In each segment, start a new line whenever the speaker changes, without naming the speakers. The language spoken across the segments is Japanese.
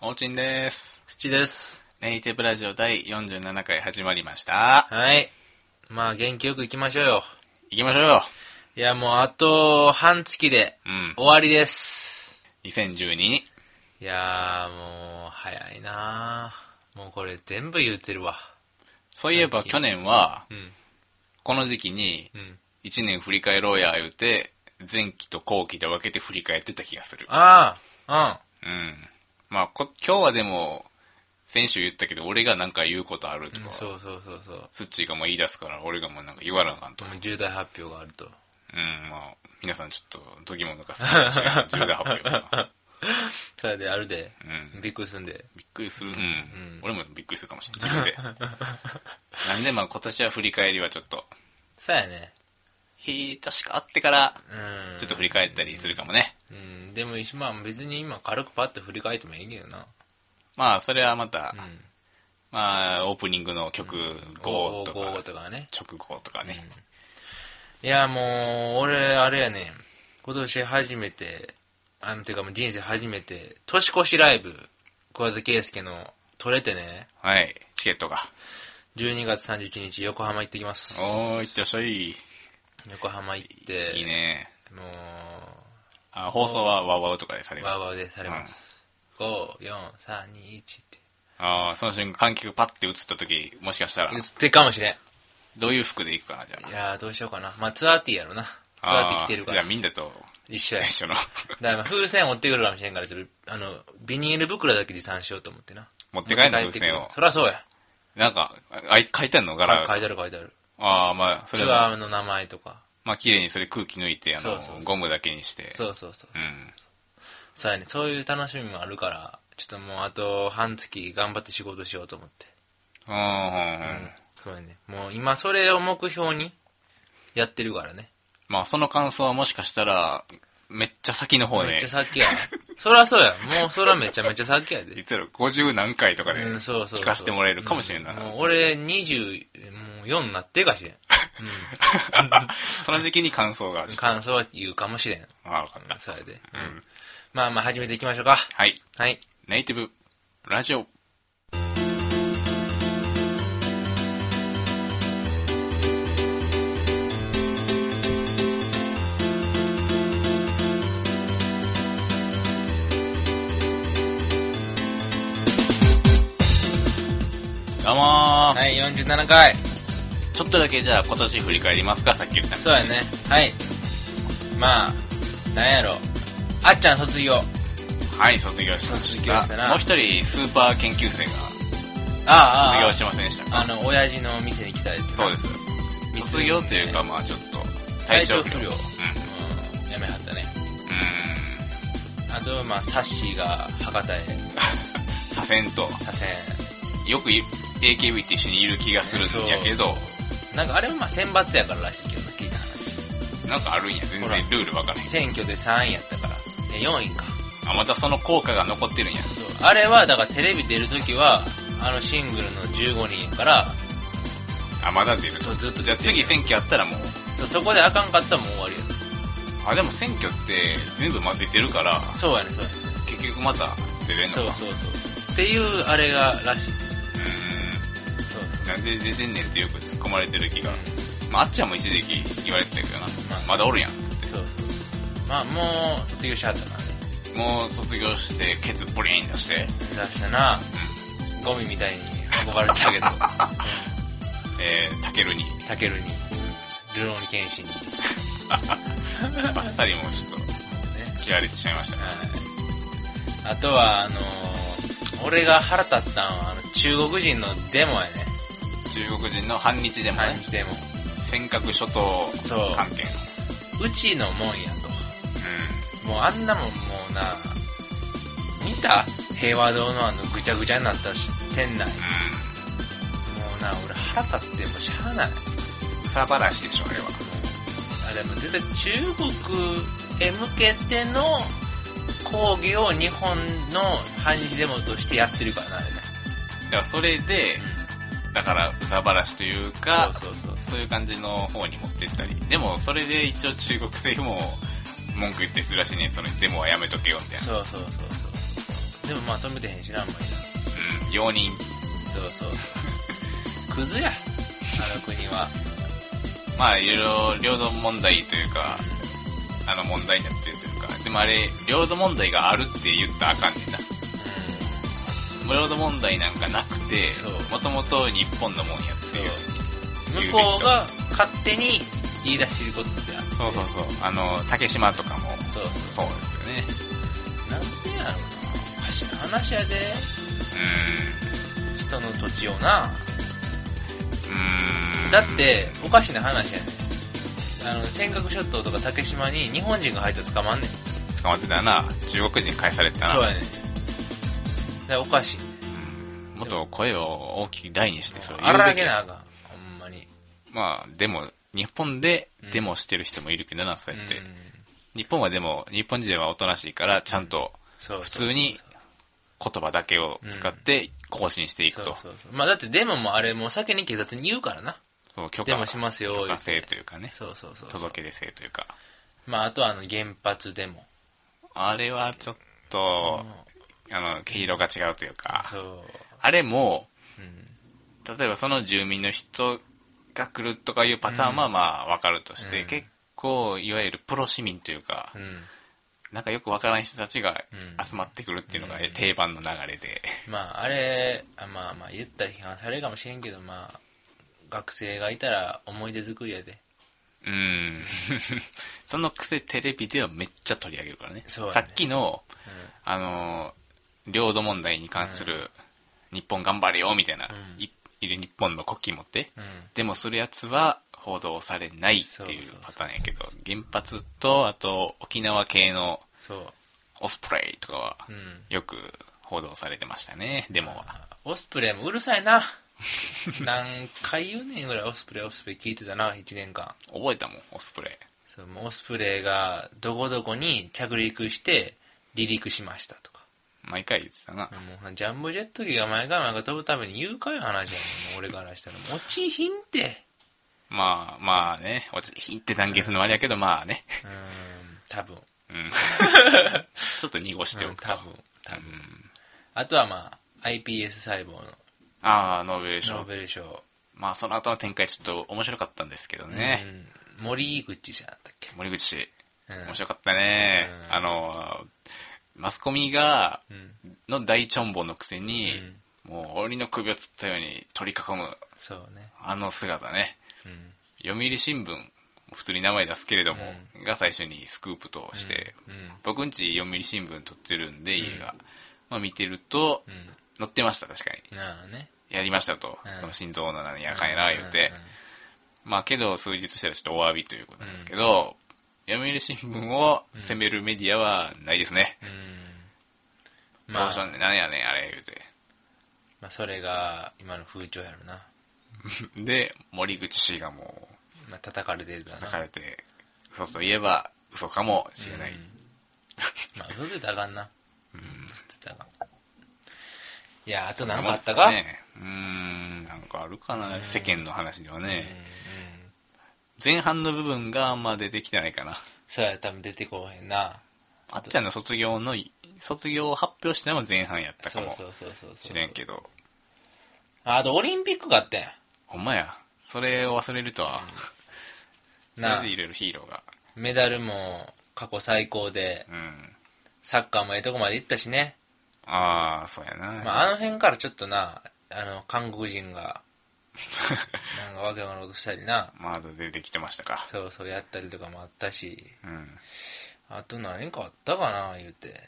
おうちんです。
土です。
ネイティブラジオ第47回始まりました。
はい。まあ、元気よく行きましょうよ。
行きましょうよ。
いや、もうあと、半月で
うん。
終わりです。
2012。
いやー、もう、早いなーもうこれ全部言うてるわ。
そういえば去年は、
うん、
この時期に
うん。
1年振り返ろうや言うて、前期と後期で分けて振り返ってた気がする。
ああ、
うん。まあこ、今日はでも、先週言ったけど、俺がなんか言うことある
う
と
ん。う
か、
ん、そうそうそうそう。
スッチーがもう言い出すから、俺がもうなんか言わなあかんと。
もう重大発表があると。
うん、まあ、皆さんちょっと、どぎも抜かすかもしれない。重大発表か な。
それであるで、
うん。
びっくりすんで。
びっくりする、うん、
ん
俺もびっくりするかもしれない。自分で。 なんでまあ今年は振り返りはちょっと、
そうやね。
ひとしかあってから、
うん。
ちょっと振り返ったりするかもね。
うん、でも、まあ別に今軽くパッと振り返ってもいいけどな。
まあそれはまた、
うん。
まあオープニングの曲5と
5
か、
とかね。
直後とかね。
いや、もう、俺、あれやね、今年初めて、あの、てかもう人生初めて、年越しライブ、小田圭介の、取れてね、
はい、チケットが。
12月31日、横浜行ってきます。
おー、いってらっしゃい。
横浜行って、
いいね。
も
あ放送はワウワウとかでされ
う、
る。
わーわーでされます。5、4、3、2、1って。
ああ、その瞬間、観客パッて映った時、もしかしたら
映、ってるかもしれん。
どういう服で行くかな、じゃあ。
いやー、どうしようかな。まあ、ツアーティーやろな。ツアーティー来てるか
あー
ら
じゃあ、みんなと
一緒や。
一緒の、
だからまあ風船持ってくるかもしれんから、ちょっと、あの、ビニール袋だけ持参しようと思ってな。
持って帰んの風船
持って帰ってく
を
る。そりゃそうや。
なんか、あい書いてあるの
書
柄。
いてある書いてある。
ああ、まあ、そ
ツ
れ
ア
は、
ーの名前とか。
まあ、綺麗にそれ空気抜いて、あ
そう
の
そうそう、
ゴムだけにして。
そうそうそ
う
う。
ん。
そうやね。そういう楽しみもあるから、ちょっともうあと半月頑張って仕事しようと思って。
うんうんう。。
うんそうやね。もう今それを目標にやってるからね。
まあ、その感想はもしかしたら、めっちゃ先の方
め
ね
っちゃ。先や。 そりゃそうや。もうそりゃめちゃめちゃ先やで。
いつやろ、50何回とかで、
うん、そうそうそう
聞かせてもらえるかもしれんない
うん。もう俺24になってるかしれん。 う
その時期に感想が
ん。。感想は言うかもしれん。うん
ああ、わかった。
それで。
う
うん
ん。
まあまあ始めていきましょうか。
はい。
はい。
ネイティブ、ラジオ。どうもー、
はい、47回。
ちょっとだけじゃあ今年振り返りますか、さっき言った
そうやね。はい。まあ、なんやろ。あっちゃん卒業。
はい、卒業しまし
卒業した
た。
な
もう一人、スーパー研究生が
あ
卒
あ
業
あ
してませんでしたか
あ、あの、親父の店に来たやつ。。
そうですす。卒業というか、まあちょっと、体調不良。
体調
う
不良
ん。
うん、やめはったね。
うー
あと、まあ、サッシーが博多へ
ん。左遷と、
左遷。
よくい AKB って一緒にいる気がするんやけど、
なんかあれはまあ選抜やかららしいけどな、聞いた話。
なんかあるんや。全
ほら
然ルールわからへん。
選挙で3位やったから。で、4位か。
あ、またその効果が残ってるんや。
そう。あれは、だからテレビ出るときは、あのシングルの15人やから、
あ、まだ出る。
そうずっと
じゃあ次選挙あったらもう、
そうそこであかんかったらもう終わりや。
あ、でも選挙って全部混ぜてるから、
そうやね、そうやね。
結局また出れんのか。
そうそうそう。っていうあれがらしい。
う
そうそう。
ーん。なんで出てんねんってよく突っ込まれてる気が。
う
まあ、あっちゃんも一時期言われてたけどな。
あ
まだおるやん。
んそうそう。まあもう卒業しはったからね。
もう卒業して、ケツブリーン出して、
出したな。ゴミみたいに運ばれてた け ど。うん
えー、タケルに、
タケルに、ルローニケンシンに。も
バッサリもうちょっと、
うね。
切られてしまいましたね。
はい。あとは、あのー俺が腹立ったんは、あの、中国人のデモやね。
中国人の反日でもね、
反日デモ。
尖閣諸島
そう
関係
うちのもんやと。もうあんなもんもうな、見た平和堂のあのぐちゃぐちゃになったし店
う
内。
んう
もうな、俺腹立ってもしゃあない。
ん草晴らしでしょあれは
あれも絶対中国へ向けての抗議を日本の反日デモとしてやってるからな、あれね。
だからそれで、だから草晴らしというかそう
そうそうそう。
いう感じの方に持ってったりでもそれで一応中国政府も文句言ってするらしいねそのデモはやめとけよみたいな
そうそうそうそう。でもまあ止めてへんしな、あんまり。
うん、容認。
そうそう。クズや。あの国は。
まあ、いろいろ領土問題というか、あの問題になってるというか、でもあれ、領土問題があるって言ったらあかんねんな。
う
領土問題なんかなくて
そう、
もともと日本のもんやっていう。
ん。向こうが勝手に言い出してることじゃん。
そうそうそう。あの、竹島とかも、
そうそ
そうです
う。なんでやろうな。おかしな話やで。
よね。
人の土地をな。
うーん。うーん。
だって、おかしな話やねん。あの、尖閣諸島とか竹島に日本人が入ったら捕まんねん。
捕まってたな。中国人返されてたな。
そうやねん。だからおかしい。
うんもっと声を大きい大にして、それ言うべき
荒らげなあかん。ほんまに。
まあ、でも、日本で
うん
デモしてる人もいるけどな、そうやって
う。ん
日本はでも、日本人はおとなしいから、ちゃんと
そうそう
普通に言葉だけを使って更新してい
そ
く
う
と。
そうそうまあだってデモもあれもう先に警察に言うからな
そう許
デモ
可
しますよ
許
言
可
うて
制というかね、
そうそうそう
届け出制というか。
まああとはあの原発デモ
あれはちょっと、あの、毛色が違うという
そ
か。
う
あれも、
うん
例えばその住民の人が来るとかいうパターンはまあわかるとして、
うん
結構いわゆるプロ市民というか、
うん
なんかよくわからない人たちが
うん
集まってくるっていうのが
うん
定番の流れで、
まああれあまあまあ言ったら批判されるかもしれんけどまあ学生がいたら思い出作りやで
うん そのくせテレビではめっちゃ取り上げるからね
そうやね
さっきの、あのー領土問題に関する、日本頑張れよみたいな、
うん
いいる日本の国旗持って、
うん
でもするやつは報道されないっていうパターンやけど原発とあと沖縄系の
そ
オスプレイとかは
ううん
よく報道されてましたねデモは
オスプレイもうるさい な何回言うねんぐらいオスプレイオスプレイ聞いてたな1年間
覚えたもんオスプレイ
そうもうオスプレイがどこどこに着陸して離陸しましたとか
毎回言ってたな、
もうジャンボジェット機が前から前から飛ぶために誘拐の話やもんもう俺からしたらもう落ちひんて
まあまあね落ちひんって断言するのもあれやけどまあね
うーん多分
うん ちょっと濁して
う
お
ん
くと、
多分多
う
分
ん
あとはまあ iPS 細胞の
ああノーベル賞
ノーベル賞
まあその後の展開ちょっと面白かったんですけどね、
うん森井口じゃなかったっけ
森口
うん
面白かったね、
うん
あのマスコミが
うん
の大チョンボのくせに、
うん
もう檻の首を取ったように取り囲む
そうね
あの姿ね
うん
読売新聞普通に名前出すけれども、が最初にスクープとして、
うん
僕んち読売新聞撮ってるんで家が、まあ、見てると、
うんうん
載ってました確かに
なあね
やりましたと、
うん
その心臓の何やかんやな言うて、まあけど数日したらちょっとお詫びということなんですけど、読売新聞を責めるメディアはないですね、
うんうんうん
ど
ま
うしよう
あ
ねなんやねんあれ言うて
まあそれが今の風潮やろな
で森口氏がも
まあ叩かれてるだ
う
な
叩かれて嘘といえば嘘かもしれない、
うんまあ嘘ついたらあかんな嘘ついたらあかんいやあと何かあったか、
ねうーんなんかあるかな、
うん
世間の話では
うんうん
ね、前半の部分があんま出てきてないかな
そうや多分出てこうへんな
あっちゃんの卒業の卒業を発表したのは前半やったか
そう
も
そうそうそうそう
しれんけど
ああとオリンピックがあったや
ほんまやそれを忘れるとは、
ん
そ
な
れでいろいろヒーローが
メダルも過去最高で
うん
サッカーもええとこまで行ったしね、
ああそうやな、
まあ、あの辺からちょっとなあの韓国人がなんかわけわからんことしたりな
まだ出てきてましたか
そうそうやったりとかもあったし
うん
あと何かあったかな言うて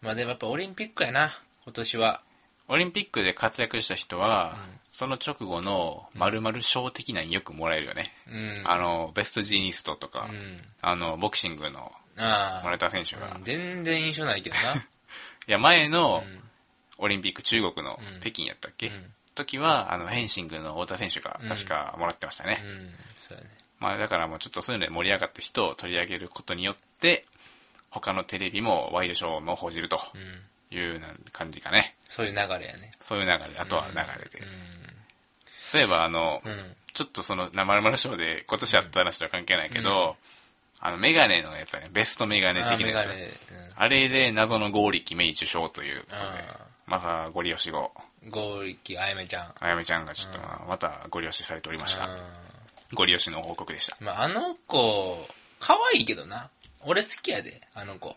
まあでもやっぱオリンピックやな今年は
オリンピックで活躍した人は、
うん
その直後の丸々賞的なによくもらえるよね、
うん
あのベストジーニストとか、
うん
あのボクシングの
ああ
もらえた選手が、
う
い
ん全然印象ないけどな
や前
う
の
ん
オリンピック中国の
うん
北京やったっ
う
け、
ん
時はあのフェンシングの太田選手が
うん
確かもらってましたね、
うんそうやね
まあ、だからもうちょっとそういうので盛り上がった人を取り上げることによって他のテレビもワイドショーも報じると
うん
いうなん感じかね
そういう流れやね
そういう流れあとは流れで、
う
そういえばあの、
んうん
ちょっとその「なまるまるショー」で今年あった話とは関係ないけど、あの、メガネのやつだね。ベストメガネ
あー
的な
メ
や
ガ
つ。
ネ、
あれで謎の剛力メイ受賞ということで
あ、
またご利用し後、
うん。ゴーリキ、あやめちゃん。
あやめちゃんがちょっとまあまたご利用しされておりました。ご利用しの報告でした。
うんまあ、あの子、可愛いけどな。俺好きやで、あの子。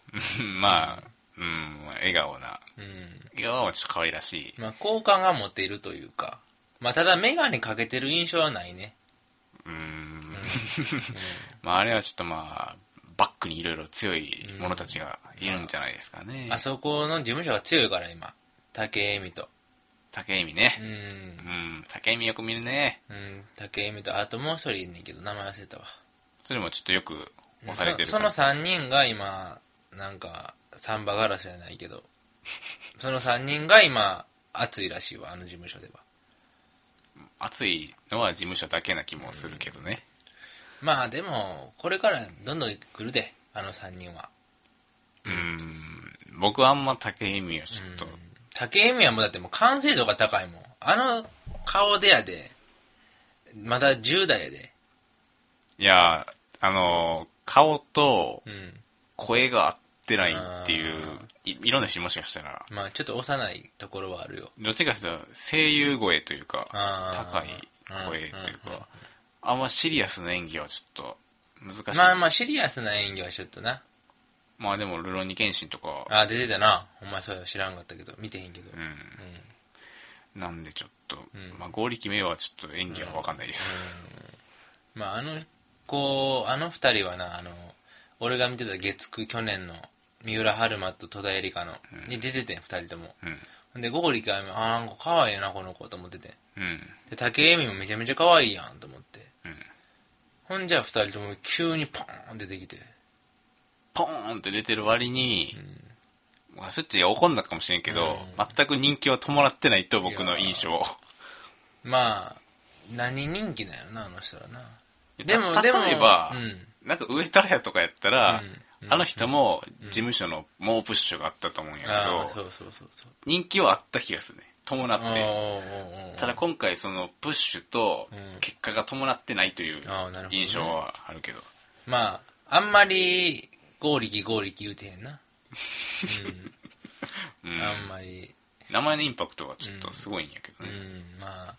まあ、うん、笑顔な。
うん。
笑顔はちょっと可愛らしい。
まあ、好感が持ているというか。まあ、ただ、メガネかけてる印象はないね。
うーんまああれはちょっとまあバックにいろいろ強い者たちがいるんじゃないですかね、
あそこの事務所が強いから、今。竹恵美と。
竹井美
う
ね
ん
う。ん竹井美よく見るね
うん、竹井美と、あともう一人いんねんけど、名前忘れたわ。
それもちょっとよく押されてる
そその3人が今、なんか、サンバガラスじゃないけど、その3人が今、熱いらしいわ、あの事務所では。
熱いのは事務所だけな気もするけどね、
まあでも、これからどんどん来るで、あの3人は。
うーん僕はあんま竹井美はちょっと、
竹井美はもうだってもう完成度が高いもん。あの顔でやで、まだ10代やで。
いやあの顔と
うん。
声が合ってないっていう
あ
いいろんな人もしかしたら
まあちょっと幼いところはあるよ。
どっちかというと声優声というか
あー
高い声という
うんうんうん
かあんまシリアスな演技はちょっと難しい
まあまあシリアスな演技はちょっとな。
まあでも「ルロニケンシン」とか
あ、出てたな。お前そうや知らんかったけど、見てへんけど。
う
うん
んなんでちょっと
ん
まあ合力目はちょっと演技は分かんないです
まああの子あの二人はなあの俺が見てた月9去年の三浦春馬と戸田恵梨香の、に出ててん二人とも
うん
ほんでゴーリかあなんか可愛いなこの子と思っててん
うん
で竹恵美もめちゃめちゃ可愛いやんと思って、
うん
ほんじゃ二人とも急にポーン出てきて
ポーンって出てる割にまあそうやって怒んなかもしれんけど全く人気は伴ってないと僕の印象
まあ何人気なんやろなあの人らな
でも例えば
うん
なんか上田やとかやったら
うん
あの人も事務所の猛プッシュがあったと思うんやけ
あ
ど
あそうそうそうそう
人気はあった気がするね伴
おー
って
おーおーおー
ただ今回そのプッシュと
うん
結果が伴ってないという
あーなるほどね
印象はあるけど
まあ、あんまり、合力合力言うてへんな。
う
うんん、あんまり、
名前のインパクトはちょっとすごいんやけ
う
どね
ん、まあ、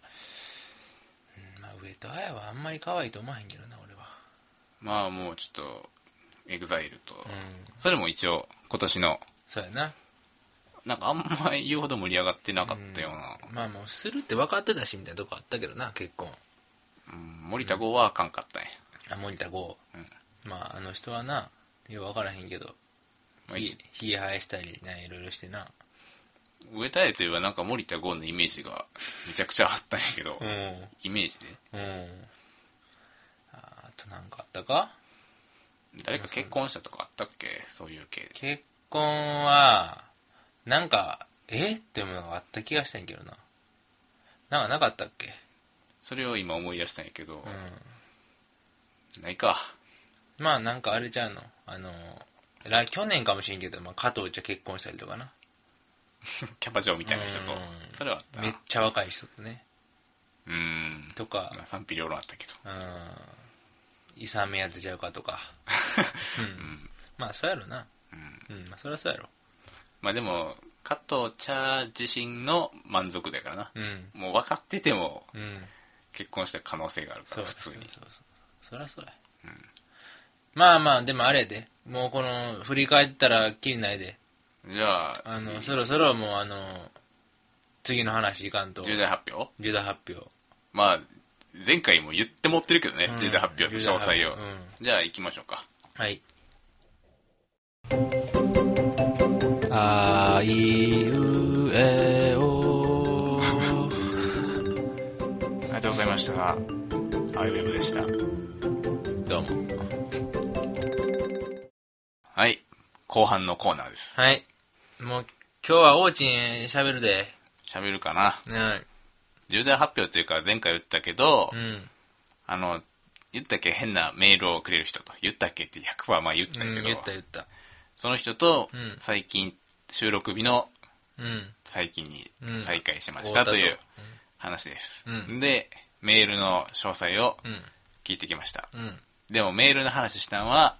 うんまあ、上戸彩はあんまり可愛いと思わへんけどな、俺は。
まあもうちょっとエグザイルと
うん、
それも一応今年の
そうやな。
なんかあんまり言うほど盛り上がってなかったような
まあもう、するって分かってたし、みたいなとこあったけどな、結婚。
うん森田剛はあかんかったね
あ、森田剛。
うん
まあ、あの人はな、よう分からへんけど、
まあ
ひひげ生やしたり、なんやいろいろしてな。
上田絵といえばなんか森田剛のイメージがめちゃくちゃあったんやけど
うん、
イメージで
うん。ああとなんかあったか
誰か結婚したとかあったっけそういう系
結婚はなんかえってものがあった気がしたんやけどななんかなかったっけ
それを今思い出したんやけど
うん
ないか
まあなんかあれちゃうのあの来去年かもしれんけど、まあ、加藤ちゃん結婚したりとかな
キャバ嬢みたいな人と
うん
それはあった
めっ
な
ちゃ若い人とね
うん
とか
まあ賛否両論あったけど
うん遺産目当てちゃうか とかうん、まあそうやろなうん、まあそりゃそうやろ
まあでも加藤茶自身の満足だからな、
うん
もう分かってても
うん
結婚した可能性があるか
そう
ら普通に
そうそうそうそりゃそうや、まあまあでもあれやでもうこの振り返ったらきりないで
じゃあ
あの
次
そろそろもうあの次の話いかんと
重大発表
重大発表
まあ前回も言って持ってるけどね、重大発表の
うん
詳細を、
重大発表うん
じゃあ行きましょうか
はいあいうえお
ありがとうございましたアイウェブでした
どうも
はい後半のコーナーです
はいもう今日はおうちんしゃべるで
喋るかな
はい
重大発表というか前回言ったけど、
うん
あの言ったっけ変なメールをくれる人と言ったっけって100%まあ言ったんやけど、
うん言った言った
その人と
うん
最近収録日の
うん
最近に
うん
再会しまし
終わ
た
っ
と
たと
いう話です、
うん
でメールの詳細を
うん
聞いてきました、
うん
でもメールの話したんは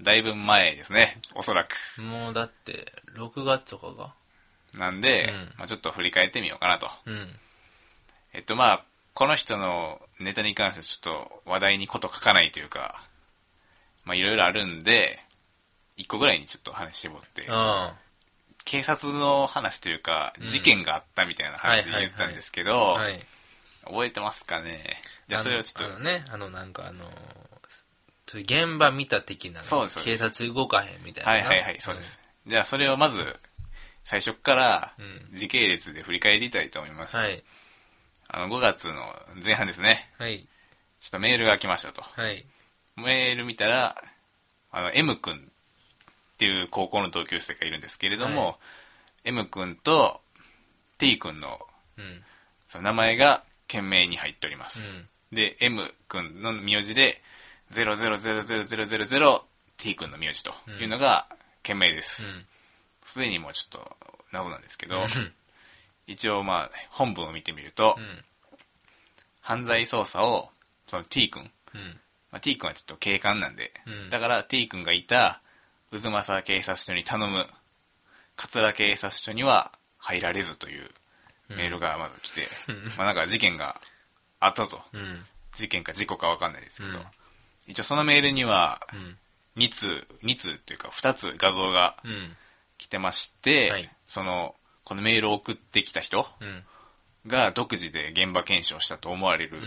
だいぶ前ですね、おそらく。
もうだって、6月とかが。
なんで、
うん
まあ、ちょっと振り返ってみようかなと。
うん。
えっとまあ、この人のネタに関してちょっと話題にこと書かないというか、まあいろいろあるんで、一個ぐらいにちょっと話絞って、
あ
警察の話というか
う、ん
事件があったみたいな話を
はいはい
言
はい
ったんですけど、
あ。はい。
覚えてますかねじゃあそれをちょっ
あ
と
の、ね、あの、なんかあの、そういう現場見た的な、
そうですそうで
警
す
察動かへんみたいな。
はいはいはい、そうです。。じゃあそれをまず、最初から
うん
時系列で振り返りたいと思います。
はい。
あの5月の前半ですね、
はい。
ちょっとメールが来ましたと。
はい。
メール見たら、あの、M 君っていう高校の同級生がいるんですけれども、
は
M 君と T 君の
うん。
その名前が件名に入っております。
うん
で、M 君の名字で、0000000T 君の名字というのが件名です。
うん。
すでにもうちょっと謎なんですけど、
うん
一応まあ、本文を見てみると、
うん。
犯罪捜査を、その T 君、
うん。
まあ、T 君はちょっと警官なんで、
うん
だから T 君がいた渦政警察署に頼む桂警察署には入られずというメールがまず来て、まあなんか事件があったと
うん。
事件か事故かわかんないですけど、
うん
一応そのメールには
うん。
2通2通っていうか2つ画像が
うん。
来てまして、
はい
そのこのメールを送ってきた人
うん。
が独自で現場検証したと思われる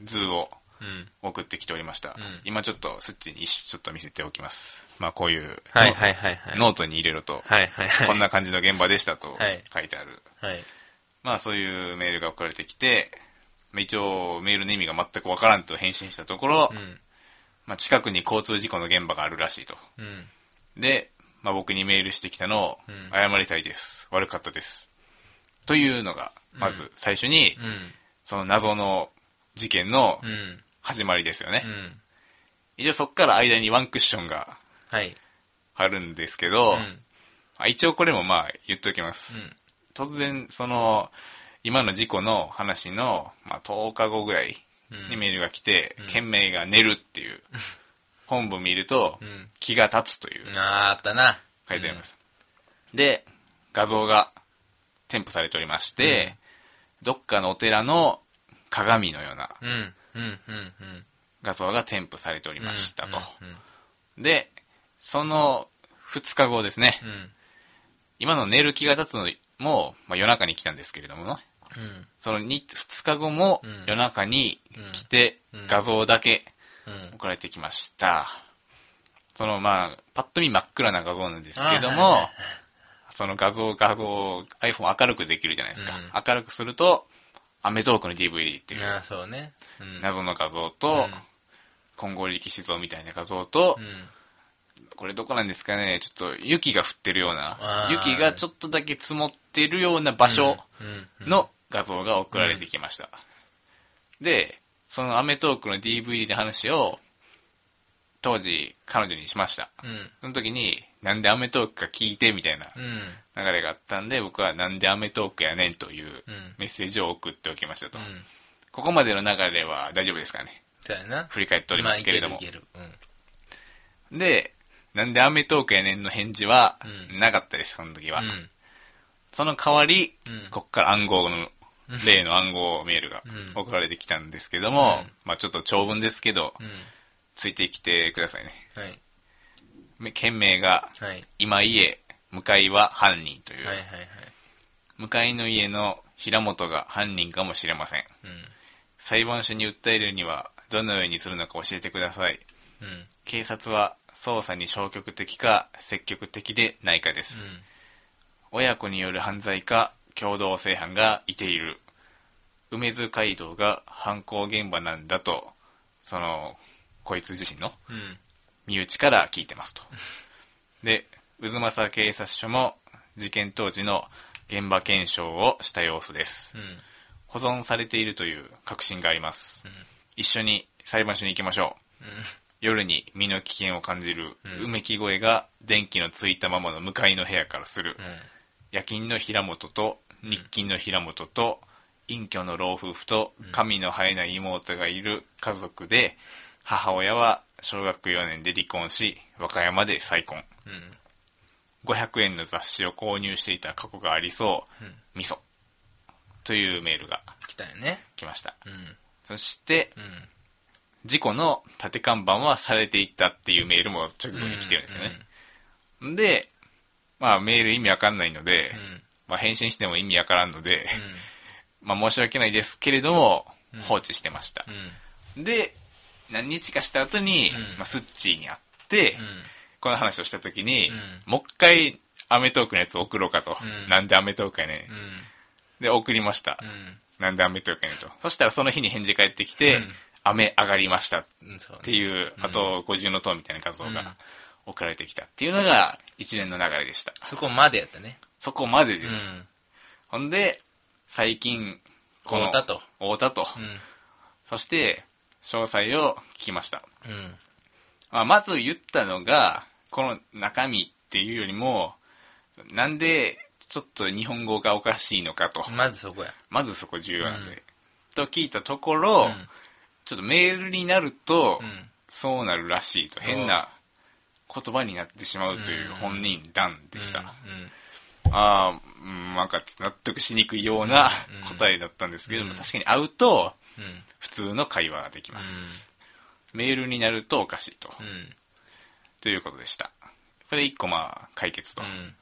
うん。
図を
うん。
送ってきておりました、
うん
今ちょっとスッチに一種ちょっと見せておきますまあこういう
はいはいはいはい。
ノートに入れろと、
はいはいはい。
こんな感じの現場でしたと
はい
書いてある、
はい。
まあそういうメールが送られてきてまあ一応メールの意味が全くわからんと返信したところ、
うん。
まあ、近くに交通事故の現場があるらしいと
うん。
で、まあ、僕にメールしてきたのを
うん
謝りたいです、悪かったですというのがまず最初に、
うん。
その謎の事件の
うん。
始まりですよね、
うん。
一応そっから間にワンクッションが
はい。
あるんですけど、
うん。
あ一応これもまあ言っておきます、
うん。
突然その今の事故の話の、まあ、10日後ぐらいにメールが来て、
ん
件名が「寝る」っていう、本文見ると、
うん
気が立つという
あーあったな。
書いてあります、で画像が添付されておりまして、どっかのお寺の鏡のような
うん。うん。うん。うん。
画像が添付されておりましたと、
うん。
でその2日後ですね、
うん。
今の寝る気が立つのも、まあ、夜中に来たんですけれどもね
うん。
その 2, 日後も
うん
夜中に来て、
うん
画像だけ
うん。
送られてきましたそのまあパッと見真っ暗な画像なんですけれど
あーはいはい
もその画像画像を iPhone 明るくできるじゃないですか、
うん
明るくすると『アメトーク』の DVD っていう
ああ、そうね。うん。
謎の画像
う
と、
ん
金剛力士像みたいな画像と、
うん。
これどこなんですかねちょっと雪が降ってるような
あー
雪がちょっとだけ積もってるような場所、
うん。
の画像が送られてきました、でその『アメトーーク』の DVD の話を当時彼女にしました
うん。
その時に「なんで『アメトーーク』か聞いて」みたいな
うん。
流れがあったんで僕は「なんで『アメトーーク』やねん」という
うん
メッセージを送っておきましたと、
うん。
ここまでの流れは大丈夫ですかね
そうやな。
振り返っておりますけれど
まあ
も
いけるいける。
で「なんで『アメトーークやねん」の返事は
うん
なかったですその時は、
うん。
その代わり、
うん
こっから暗号の、例の暗号メールが
うん
送られてきたんですけども、
うん
まあちょっと長文ですけど、
うん。うん。
ついてきてくださいね。
はい。
め件名が、
はい。
今家、向かいは犯人という、
はいはいはい。
向かいの家の平本が犯人かもしれません。
うん。
裁判所に訴えるには、どのようにするのか教えてください。
うん。
警察は、捜査に消極的か、積極的でないかです。
うん。
親子による犯罪か共同正犯がいている梅津街道が犯行現場なんだとそのこいつ自身の
うん。
身内から聞いてます とで渦政警察署も事件当時の現場検証をした様子です
うん。
保存されているという確信があります
うん。
一緒に裁判所に行きましょう
うん。
夜に身の危険を感じる
うん
うめき声が電気のついたままの向かいの部屋からする、
うん。
夜勤の平本と日勤の平本と隠居の老夫婦と神の生えない妹がいる家族で母親は小学4年で離婚し、和歌山で再婚。
うん。
500円の雑誌を購入していた過去がありそう、
うん
ミソ。というメールが
来たよね。
来ました。
うん。
そして、
うん。
事故の縦看板はされていったっていうメールも直後に来てるんですよね。で、まあメール意味わかんないので、
うん。
まあ返信しても意味わからんので、
うん。
まあ申し訳ないですけれども
うん、
放置してました
う。ん。
で、何日かした後に、
うん
まあスッチーに会って、
うん。
この話をした時に、
うん
もう一回アメトークのやつ送ろうかと。
うん
なんでアメトークやね。
うんん。
で、送りました。
うん。
なんでアメトークやねんと。そしたらその日に返事返ってきて、
うん
雨上がりましたっ
うん、そうね
ていう、
ん
あと五重の塔みたいな画像
うん
が送られてきたっていうのが一連の流れでした。
そこまでやったね
そこまで
う
です。
ん
ほんで、最近、
こうたと
会うたと。
うん
そして、詳細を聞きました。
うん
まあ、まず言ったのが、この中身っていうよりも、なんでちょっと日本語がおかしいのかと、
まずそこや
まずそこ重要なんで、
うん
と聞いたところ、
うん
ちょっとメールになると、
うん
そうなるらしいと、変な言葉になってしまうといううん本人談でした。
うん
ああ、うんなんか納得しにくいような
うん
答えだったんですけども、
うん
確かに会うと、
うんうん
普通の会話ができます。メールになるとおかしいと。
うんうん
ということでした。それ一個まあ解決と
う。ん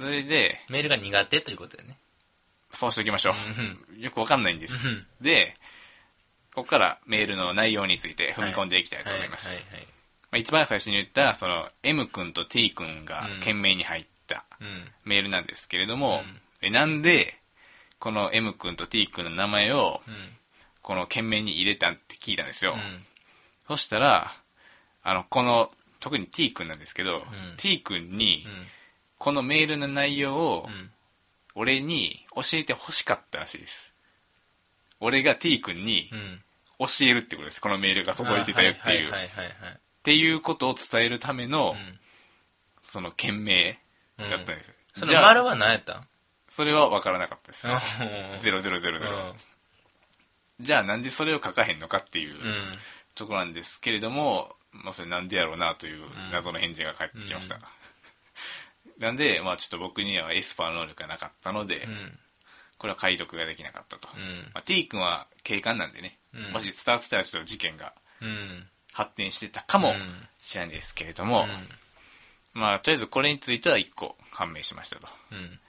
それで、
メールが苦手ということだよね
そうしておきましょ
う
う。よくわかんないんです
うん。
で、ここからメールの内容について踏み込んでいきたいと思います
は。いはい
まあ一番最初に言った、その M 君と T 君が
うん
懸命に入った
はいうん
メールなんですけれども
うん、
えなんで、この M 君と T 君の名前を、
うん
この懸命に入れたって聞いたんですよ。
うん
そしたら、あの、この、特に T 君なんですけど、
ん
T 君に
う、ん
このメールの内容を
う、ん
俺に教えて欲しかったらしいです。俺が T 君に
うん
教えるってことです。このメールが届いてたよっていう。
は
っ
いはいはいはい
ていうことを伝えるための
う、ん
その、件名
うん
だったんです。
そ
じ
の
ゃあ、
丸は何やったん
それは分からなかったです。
うんう
0000。
ん
じゃあなんでそれを書かへんのかっていううんところなんですけれども、まあそれなんでやろうなというん謎の返事が返ってきまし
う
た。 なんで、まあちょっと僕にはエスパー能力がなかったので、
うん
これは解読ができなかったと、
うん
まあ、T 君は警官なんでね、
うん
もし伝わってたらちょっと事件が
うん
発展してたかも
うん
しれないですけれども、まあとりあえずこれについては1個判明しましたと
うん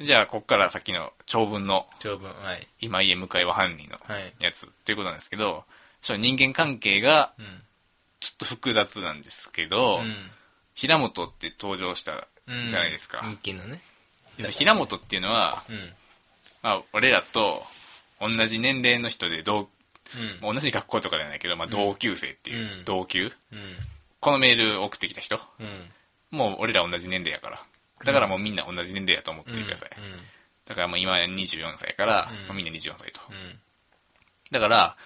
じゃあここから先の長文の
長文はい
今家向かいは犯人の
はい
やつということなんですけどちょっと人間関係が
うん
ちょっと複雑なんですけど、
うん
平本って登場した
うん
じゃないですか、
日記のね
でその平本っていうのは、
うん
まあ、俺らと同じ年齢の人で同
うん
同じ学校とかではないけど、まあ、同級生っていう、
うん
同級
うん
このメール送ってきた人
うん
もう俺ら同じ年齢やからだからもうみんな同じ年齢やと思ってください、
うん
だからもう今24歳やから、
うん
まあみんな24歳と、
うん
だから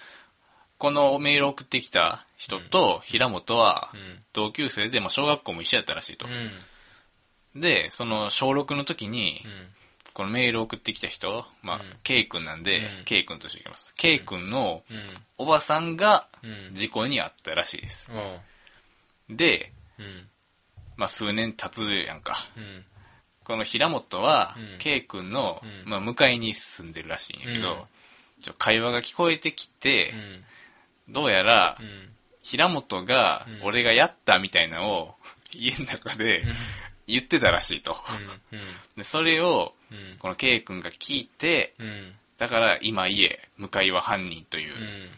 このメール送ってきた人と平本は
うん
同級生でも小学校も一緒やったらしいと
う、ん
でその小6の時に
うん
このメール送ってきた人、まあ
うん
K 君なんで、
うん
K 君としていきます K 君の
うん
おばさんが
うん
事故に遭ったらしいです
おう
で
うん
まあ、数年経つやんか。
うん
この平本は
うん、
K 君の、
うん
まあ、向かいに住んでるらしいんやけど、
うん
ちょ会話が聞こえてきて
う、ん
どうやら
う、ん
平本が
うん、
俺がやったみたいなのを、家の中で
うん
言ってたらしいと。
うん
でそれを、
うん
この K 君が聞いて、
うん
だから今家、向かいは犯人といううん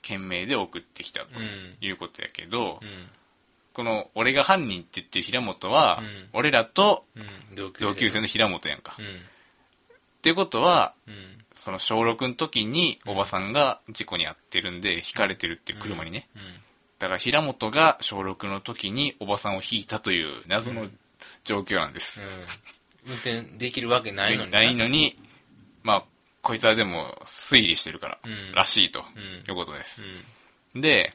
件名で送ってきたと
うん
いうことやけど、
うん
この俺が犯人って言ってる平本は
うん、
俺らと
うん同級
同級生
の
の平本やんか
う。ん
っていうことは、
うん
その小6の時におばさんが事故に遭ってるんで、ひかれてるっていう車にね。
う
だから平本が小6の時におばさんをひいたという謎の状況なんです。
んうん運転できるわけないのに
ないのに、まあ、こいつはでも推理してるから
うん、
らしいと
うん
いうことで
う
す。
ん
で、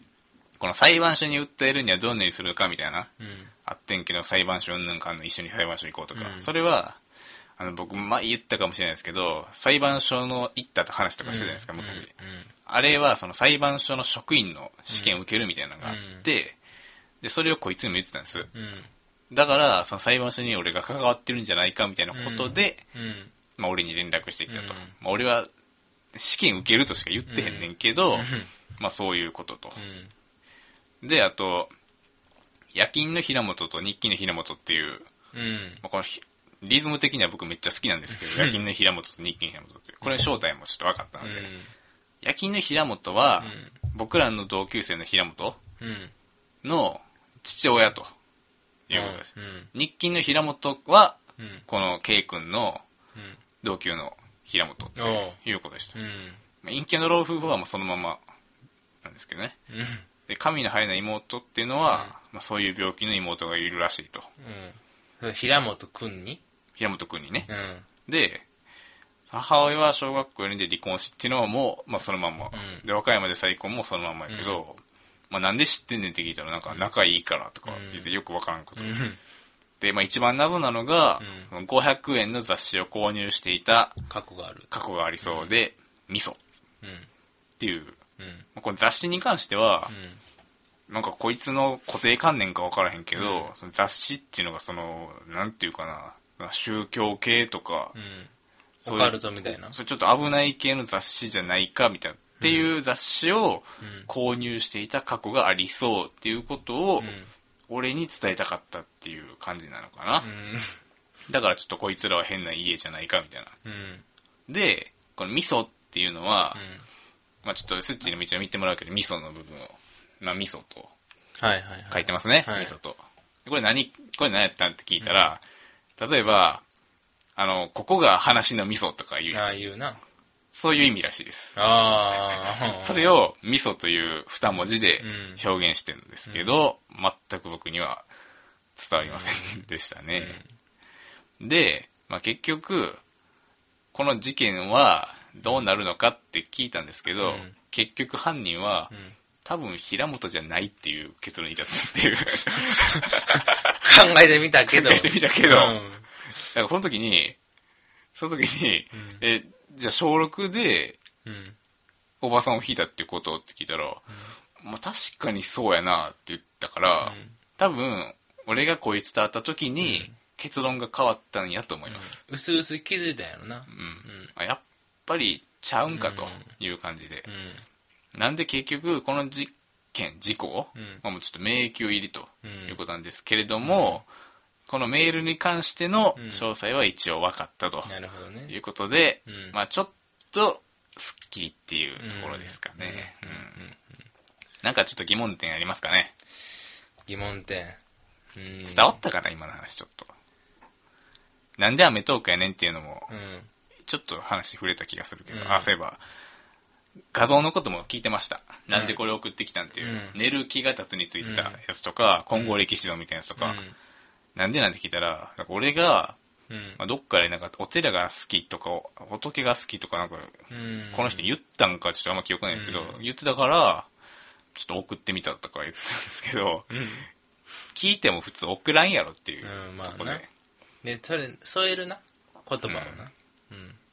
この裁判所に訴えるにはどんなにするかみたいな、
うん
あってんけど裁判所うんぬんかんの一緒に裁判所行こうとか、
うん
それはあの僕前言ったかもしれないですけど裁判所の行ったと話とかしてたじゃないですか、
うん
昔、
うん
あれはその裁判所の職員の試験を受けるみたいなのがあって、で、それをこいつにも言ってたんです。
うん。
だから、その裁判所に俺が関わってるんじゃないかみたいなことで、
うん。
まあ俺に連絡してきたと。
うん
まあ俺は試験受けるとしか言ってへんねんけど、
うん
まあそういうことと
う。ん。
で、あと、夜勤の平本と日勤の平本っていう、
うん。
まあ、このひリズム的には僕めっちゃ好きなんですけど、
うん
夜勤の平本と日勤の平本っていう、これ正体もちょっと分かったの
う
で、
ん。
夜勤の平本は、僕らの同級生の平本
うん。
の父親ということです。
うん。
日勤の平本は、
うん。
この K 君の
うん。
同級の平本と
おう
いうことでした。
うん。
まあ陰キャの老夫婦はもうそのままなんですけどね。
うん。
で、神の生えない妹っていうのは、まあ、そういう病気の妹がいるらしいと。
うんそれ。平本くんに
平本君にね
う。ん。
で、母親は小学校4年で離婚しっていうのはもう、まあ、そのまんま、
うん
で、和歌山で再婚もそのまんまやけど、まあ、なんで知ってんねんって聞いたら、なんか仲いいからとか言ってよくわからんこと
う
で
ん。
で、まあ、一番謎なのが、
うん
その500円の雑誌を購入していた
過去がある。
過去がありそうで、ミソっ
うん。
ていう、
うん。
まあこの雑誌に関しては、なんかこいつの固定観念か分からへんけど、
う
その雑誌っていうのがそのなんていうかなまあ宗教系とか、
うん。うん。
そう
オカルトみたいな
そうちょっと危ない系の雑誌じゃないかみたいなっていう雑誌を
うん
購入していた過去がありそうっていうことを
うん。
俺に伝えたかったっていう感じなのかな、
うん。
だからちょっとこいつらは変な家じゃないかみたいな
うん。
でこのミソっていうのは、
うん
まあちょっとスッチの道を見てもらうけどミソの部分をまあミソと
はいはいは
書
い。
いてますね、
はい
味噌と。これ何、これ何やったんって聞いたら、例えば、あの、ここが話の味噌とかいう、
ああいうな。
そういう意味らしいです。
ああ。
それ
を。
を味噌という二文字で
うん
表現してるんですけど、全く僕には伝わりませんでしたね。で、まあ、結局、この事件はどうなるのかって聞いたんですけど、
うん
結局犯人は、
うん
多分平本じゃないっていう結論に至ったっていう。
考えてみた けど。
考えてみたけどだ
うん
からその時に、その時に、
ん
え、じゃあ小6で
うん。
おばさんを引いたってことって聞いたら、まあ確かにそうやなって言ったから、
うん
多分、俺がこいつと会った時に、
うん
結論が変わったんやと思います。
うすうす気づいたんやろな
うん。。あやっぱりちゃうんかという感じで
う。ん。
なんで結局、この事件、事故、
うん
まあもうちょっと迷宮入りと
うん
いうことなんですけれども、このメールに関しての
うん
詳細は一応分かったと。
なるほど
と
ね。
いうことで、
うん
まあちょっとすっきりっていうところですかね、
うん
うん
うんうん
なんかちょっと疑問点ありますかね
疑問点。うん
伝わったかな今の話ちょっとなんでアメトークやねんっていうのも
うん。
ちょっと話触れた気がするけど、
うん
あそういえば画像のことも聞いてました、なんでこれ送ってきたんっていう、
うん
寝る気が立つについてたやつとか、混合歴史のみたいなやつとか、なんでなんて聞いたらなんか俺が、
うん。
まあ、どっかでなんかお寺が好きとかお仏が好きとかなんか
うん。うん
この人言ったんかちょっとあんま記憶ないんですけど、
う
言ってたから、ちょっと送ってみたとか言ってたんですけど、聞いても普通送らんやろっていう
うんまあ
と
な
こで、
で、それ、添えるな。言葉をな。う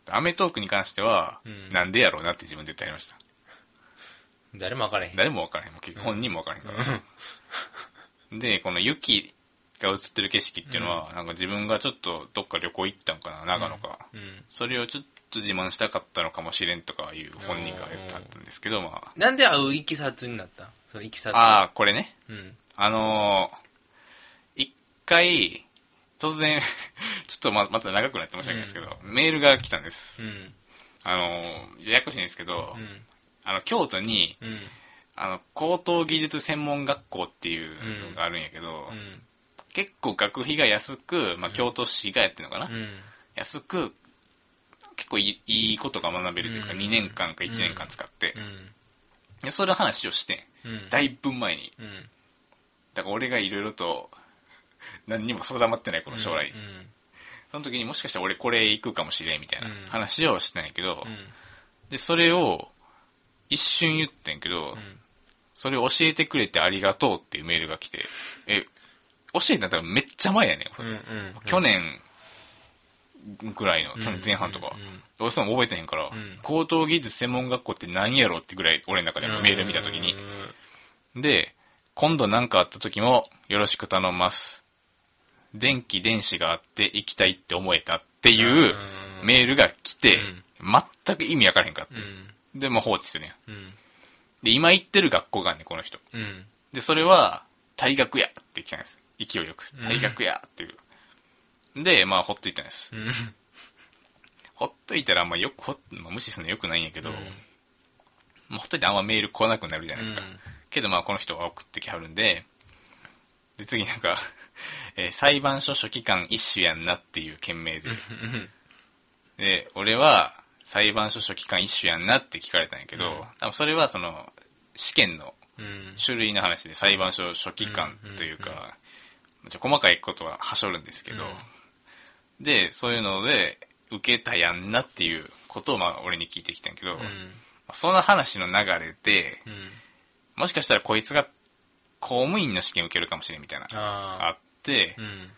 アメトークに関しては、
うん
なんでやろうなって自分で言ってありました。
ん。誰もわからへん。
誰もわからへん。もう結局本人もわからへんから。で、この雪が映ってる景色っていうのは、なんか自分がちょっとどっか旅行行ったんかな、長野か。
うん。
それをちょっと自慢したかったのかもしれんとかいう本人が言ったんですけど、まあ、
なんで会ういきさつになったそのいきさつ。
ああ、これね。
うん。
あのー一回、突然、 ちょっとままた長くなって申し訳ないですけど、メールが来たんです。
うん。
あのーややこしいんですけど、
うん。
あの、京都に、
うん。
あの、高等技術専門学校っていうのがあるんやけど、
うん。
結構学費が安く、まあ、京都市がやってるのかな、
うん。
安く、結構いいいいことが学べるというか、
うん
2年間か1年間使って、
うん。
でそれの話をして
うん
ん、だいぶ前に。
うん。
だから俺がいろいろと、何にも定まってないこの将来
う、ん。
その時にもしかしたら俺これ行くかもしれんみたいな
うん
話をしてんやけど、
うん。
で、それを一瞬言ってんけど、
うん
それを教えてくれてありがとうっていうメールが来て、え、教えたらめっちゃ前やねん。
うん。うん。
去年ぐらいの、去年前半とか、どうしても覚えてへんから、
ん
高等技術専門学校って何やろってぐらい、俺の中でもメール見た時に
う。ん
で、今度何かあった時も、よろしく頼ます。電気電子があって行きたいって思えたっていう
うん
メールが来て、全く意味わからへんかって。で、もう放置するやん。
うん
で、今行ってる学校があんねんこの人。
うん
で、それは、退学やって来たんです。勢いよく。
ん
退学やっていう。で、まあ、ほっといたんです。
うん
ほっといたら、まあ、よくほっ、まあ、無視するのよくないんやけど、
うん
まあ、ほっといてあんまメール来なくなるじゃないですか。
うん
けど、まあ、この人は送ってきはるんで、で、次なんか、 えー裁判所書記官一種やんなっていう件名で。で、俺は、裁判所書記官一種やんなって聞かれたんやけど、
うん
多分それはその、試験の
うん
種類の話で裁判所書記官というか、ちょ細かいことははしょるんですけど、で、そういうので、受けたやんなっていうことを、まあ、俺に聞いてきたんやけど、
うん
その話の流れで、
うん
もしかしたらこいつが公務員の試験受けるかもしれんみたいな、あ
あ
って
ーう、ん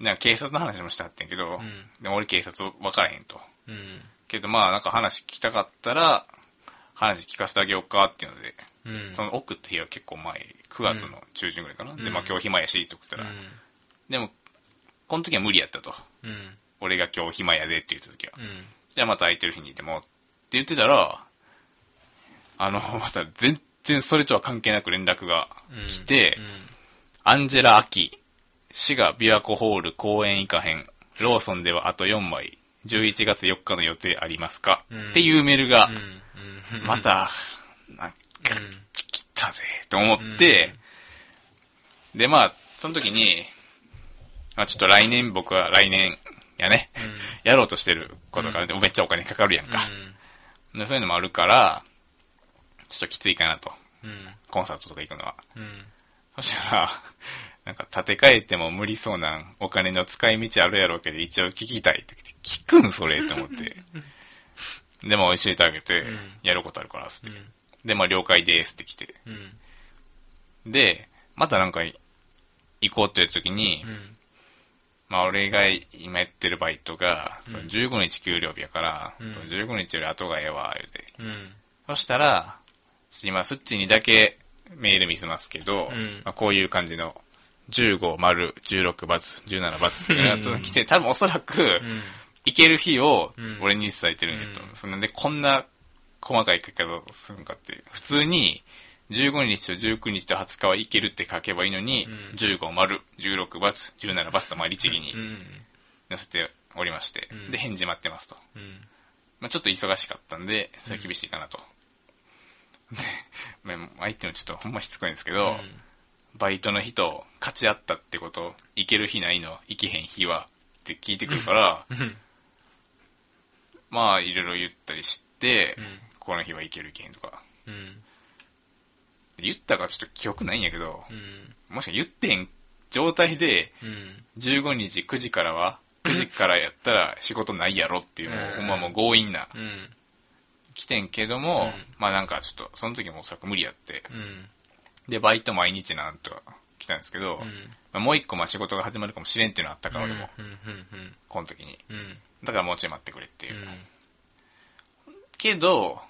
なんか警察の話もしてはってんけど、
ん
でも俺警察分からへんと。
うん
けどまあ、なんか話聞きたかったら、話聞かせてあげようかっていうので、
うん
その送った日は結構前、9月の中旬ぐらいかな。で、まあ今日暇やし、と送った
う
ら。
ん
でも、この時は無理やったと。
うん
俺が今日暇やでって言った時は。
うん
じゃあまた空いてる日にでも、って言ってたら、あの、 また全然それとは関係なく連絡が
うん
来て、
うん
アンジェラ・アキ、滋賀琵琶湖ホール公演以下編、ローソンではあと4枚、11月4日の予定ありますか、
うん
っていうメールが
うん、うん
また、なんか
うん
来たぜと思って、で、まあ、その時に、あ、ちょっと来年、僕は来年、やね、やろうとしてることがあるんで、めっちゃお金かかるやんか、でそういうのもあるから、ちょっときついかなと、
うんうん
コンサートとか行くのは。
うん
そしたら、なんか建て替えても無理そうなお金の使い道あるやろうけど、一応聞きたいって来て聞くんそれと思 って。で、まあ教えてあげて
ん、
やることあるから、つって
う。ん
で、まあ了解ですって来て。
うん
で、またなんか行こうって言った時に、
うん
まあ俺が今やってるバイトが、その15日給料日やから、
うん
15日より後がええわ、言うて。
うん
そしたら、今、スッチにだけメール見せますけど、
うん
まあ、こういう感じの、15、丸、16、バツ、17、バツっていうのが来て、多分おそらく
う、ん
行ける日を
うん
俺に伝えてるんやと思う。そんで、こんな細かい書き方をするんかっていう。普通に、15日と19日と20日は行けるって書けばいいのに、
うん
15、丸、16、バツ、17、バツと、まあ、律儀に
うん
載せておりまして、
うん
で、返事待ってますと。
うん
まあ、ちょっと忙しかったんで、それは厳しいかなと。で、まあ、相手のちょっとほんましつこいんですけど、バイトの日と勝ち合ったってこと、行ける日ないの、行けへん日はって聞いてくるから、
うん
まあいろいろ言ったりして、
うん
この日は行ける行けへんとか。
うん
言ったかちょっと記憶ないんやけど、
うん
もしか言ってへん状態で、
うん
15日9時からは、9時からやったら仕事ないやろっていう、もう
うん
ほんまもう強引な、
うん
来てんけども、
うん
まあなんかちょっと、その時もおそらく無理やって、
うん
で、バイト毎日なんと来たんですけど、
うん
まあもう一個まあ仕事が始まるかもしれんっていうのあったから、俺も、
うんうん
この時に。
うんうん
だからもうちょい待ってくれっていうう。
ん
けど、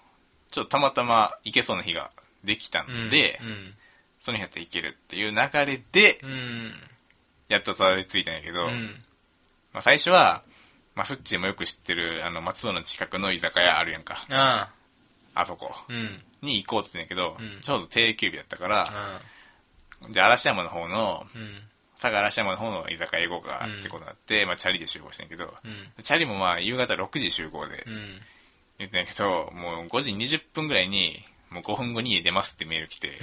ちょっとたまたま行けそうな日ができたんで、
うん
その日やったら行けるっていう流れで、
うん
やっとたどり着いたんやけど、
うん
まあ最初は、まあスッチーもよく知ってる、あの、松戸の近くの居酒屋あるやんか、
ああ
あそこ
うん
に行こうっつってんやけど、
うん
ちょうど定休日やったから、
あ
じゃあ嵐山の方の、
あうん
佐賀嵐山の方の居酒屋行こうかってことになって、まあチャリで集合してんけど、
うん
チャリもまあ夕方6時集合で
うん
言ってんやけど、もう5時20分ぐらいに、もう5分後に家出ますってメール来 て、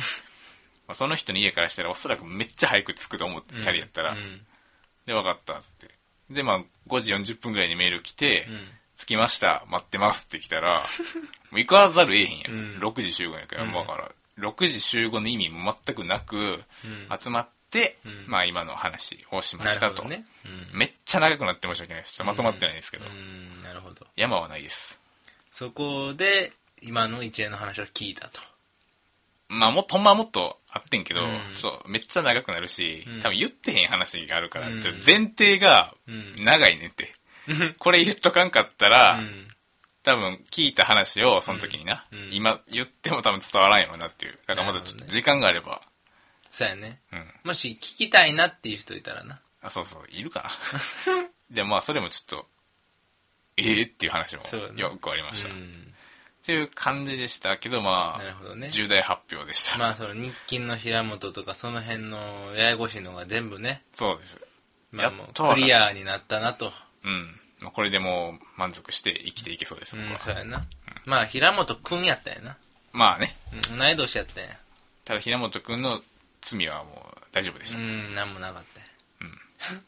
まあその人の家からしたらおそらくめっちゃ早く着くと思って、チャリやったら。
うん
で、分かったっつって。で、まあ5時40分ぐらいにメール来て、
うん
着きました、待ってますって来た ら、もう行かざるええへんやん。
うん
6時集合やから、
うん
だから、6時集合の意味も全くなく、
うん
集まって、
うん
まあ今の話をしま
な
し
る
た
ほ
と。
どねうん
めっちゃ長くなって申し訳ないです。ちょっとまとまってないですけど、
うんなるほど
山はないです。
そこで今の一連の話を聞いた と
まあもっと、ほんまはもっとあってんけど、
うん
ちょっとめっちゃ長くなるし、
うん
多分言ってへん話があるから、
うん
ちょっと前提が
うん
長いねんって。これ言っとかんかったら、
うん。
多分聞いた話をその時にな、
うんうん
今言っても多分伝わらんやろなっていうだからまだちょっと時間があれば、
そうやね。
うん
もし聞きたいなっていう人いたらな。
あそうそういるか なでまあそれもちょっとええっていう話も
そうやね
よくありました、
う
っ
ん。
ていう感じでしたけどまあ
なるほどね
重大発表でした、
まあ、その日勤の平本とか、その辺のややこしいのが全部ね、
そうです
まあ
や
も
っ
う
とわか
ク
る
リアになったなと。
うん、まあ、これでもう満足して生きていけそうです、
う
僕
ん
は、
そうやな。まあ、平本くんやったんやな。
まあね
うん同い年やったんや。
ただ平本君の罪はもう大丈夫でし
う
た、
ん、なんもなかったんや。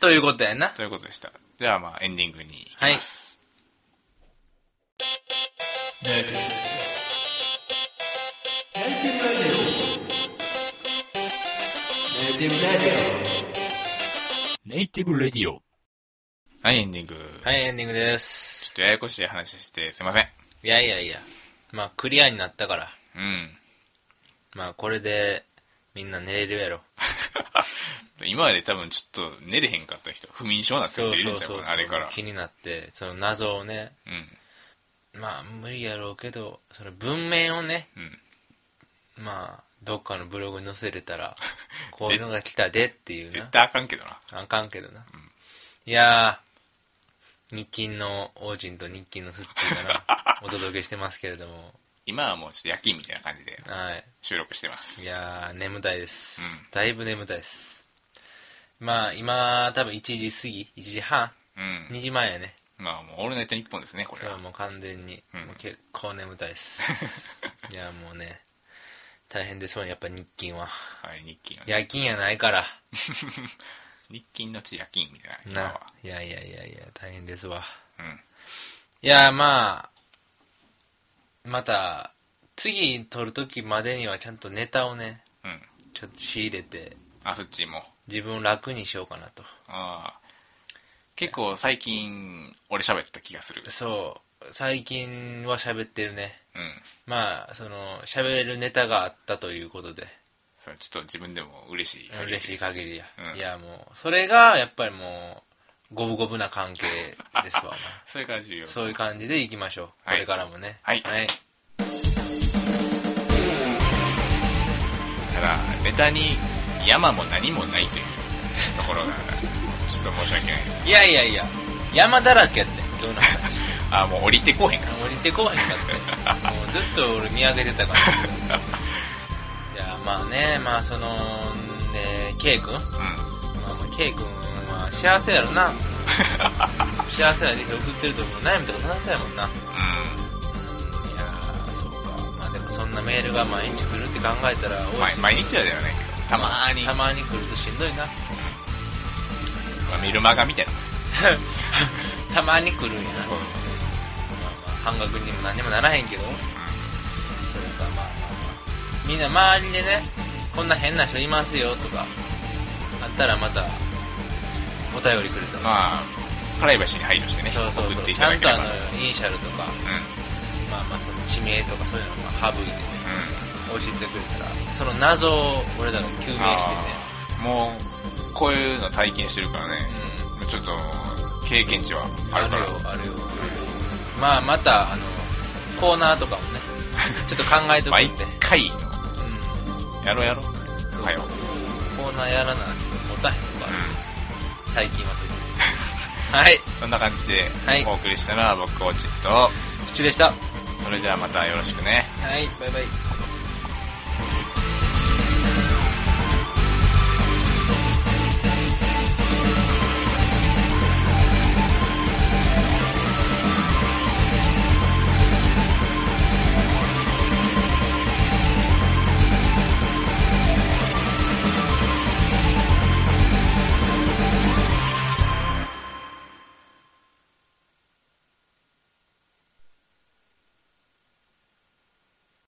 ということやな。
ということでしたではまあエンディングに行きます、
ネイティブレディオ。
はい、エンディング、
はい、エンディングです
ちょ。っとややこしい話してすいません
いやいやいや。まあ、クリアになったから。
うん
まあ、これで、みんな寝れるやろ。
今まで多分ちょっと寝れへんかった人不眠症になってる人いるんちゃうかなあれから
気になって、その謎をね、
う
まあ、無理やろうけど、その文面をね、
んうん
まあ、どっかのブログに載せれ たら、こういうのが来たでっていう
絶
な。
対あかんけどな
あかんけどな。いやー、日勤の王人と日勤のスッチーが な、お届けしてますけれども、
今はもうちょっと夜勤みたいな感じで
はい。
収録してます
いやー、眠たいです、
うん
だいぶ眠たいです。まあ、今、多分1時過ぎ、1時半、
うん
2時前やね。
まあもう「オールナイトニッポン」ですねこ
そ
れ
れは
は
もう完全に、
うん
もう結構眠たい です。いや、もうね、大変ですもん、やっぱ日勤は。
はい日勤はね
夜勤やないから。
日勤のち夜勤みたいな今
な
は。
いやいやいやいや、大変ですわ。
うん
いや、まあ、また、次撮るときまでにはちゃんとネタをね、
うん
ちょっと仕入れて、
あそっちも
自分を楽にしようかなと。
ああ結構最近俺喋った気がする
そう最近は喋ってるね
うん
まあその喋るネタがあったということで
それちょっと自分でも嬉しい限りです
嬉しい限りや、
うん
いやもうそれがやっぱりもう五分五分な関係です わ
それが重要
そういう感じでいきましょう、
はい
これからもね
はいただネタに山も何もないというところがちょっと申し訳ないです
いやいやいや山だらけやって今日の話
あもう降りてこうへんから
降りてこうへんかったもうずっと俺見上げてたから いやまあねまあそのね K 君
う
まあ、K 君は幸せやろ な幸せな人生送ってると思う悩みとか楽しそうやもんないや
んうん
ーそうかまあでもそんなメールが毎日来るって考えたら
まあ毎日はではないけどたまーに、
たまに来るとしんどい な
まあ、見る間がみたいな
たまに来るんやな、
そう
まあまあ半額にも何にもならへんけどそれかまあまあまあみんな周りでねこんな変な人いますよとかあったらまたお便りくれたら、
まあプライバシーに配慮してね
そうそう
送っ
そ
て
う
い
ち
た
ゃ
だ
ん
け
と
れ
あ
ば
のイニシャルとか
うん
まあまあその地名とかそういうのは省いてね
う
教えてくれたらその謎を俺らが究明してね
んあーもうこういうの体験してるからねちょっと経験値は
うん
あ
あ
る
る
から
よあるよまあまたあのコーナーとかも ねちょっと考えとく
毎
んで、
回の
うん、
やろうやろうおはよう
コーナーやらな持たへんとか 最近はという はい
そんな感じで
はい
お送りしたのは僕オチッと
口でしたは
それではまたよろしくね
いバイバイ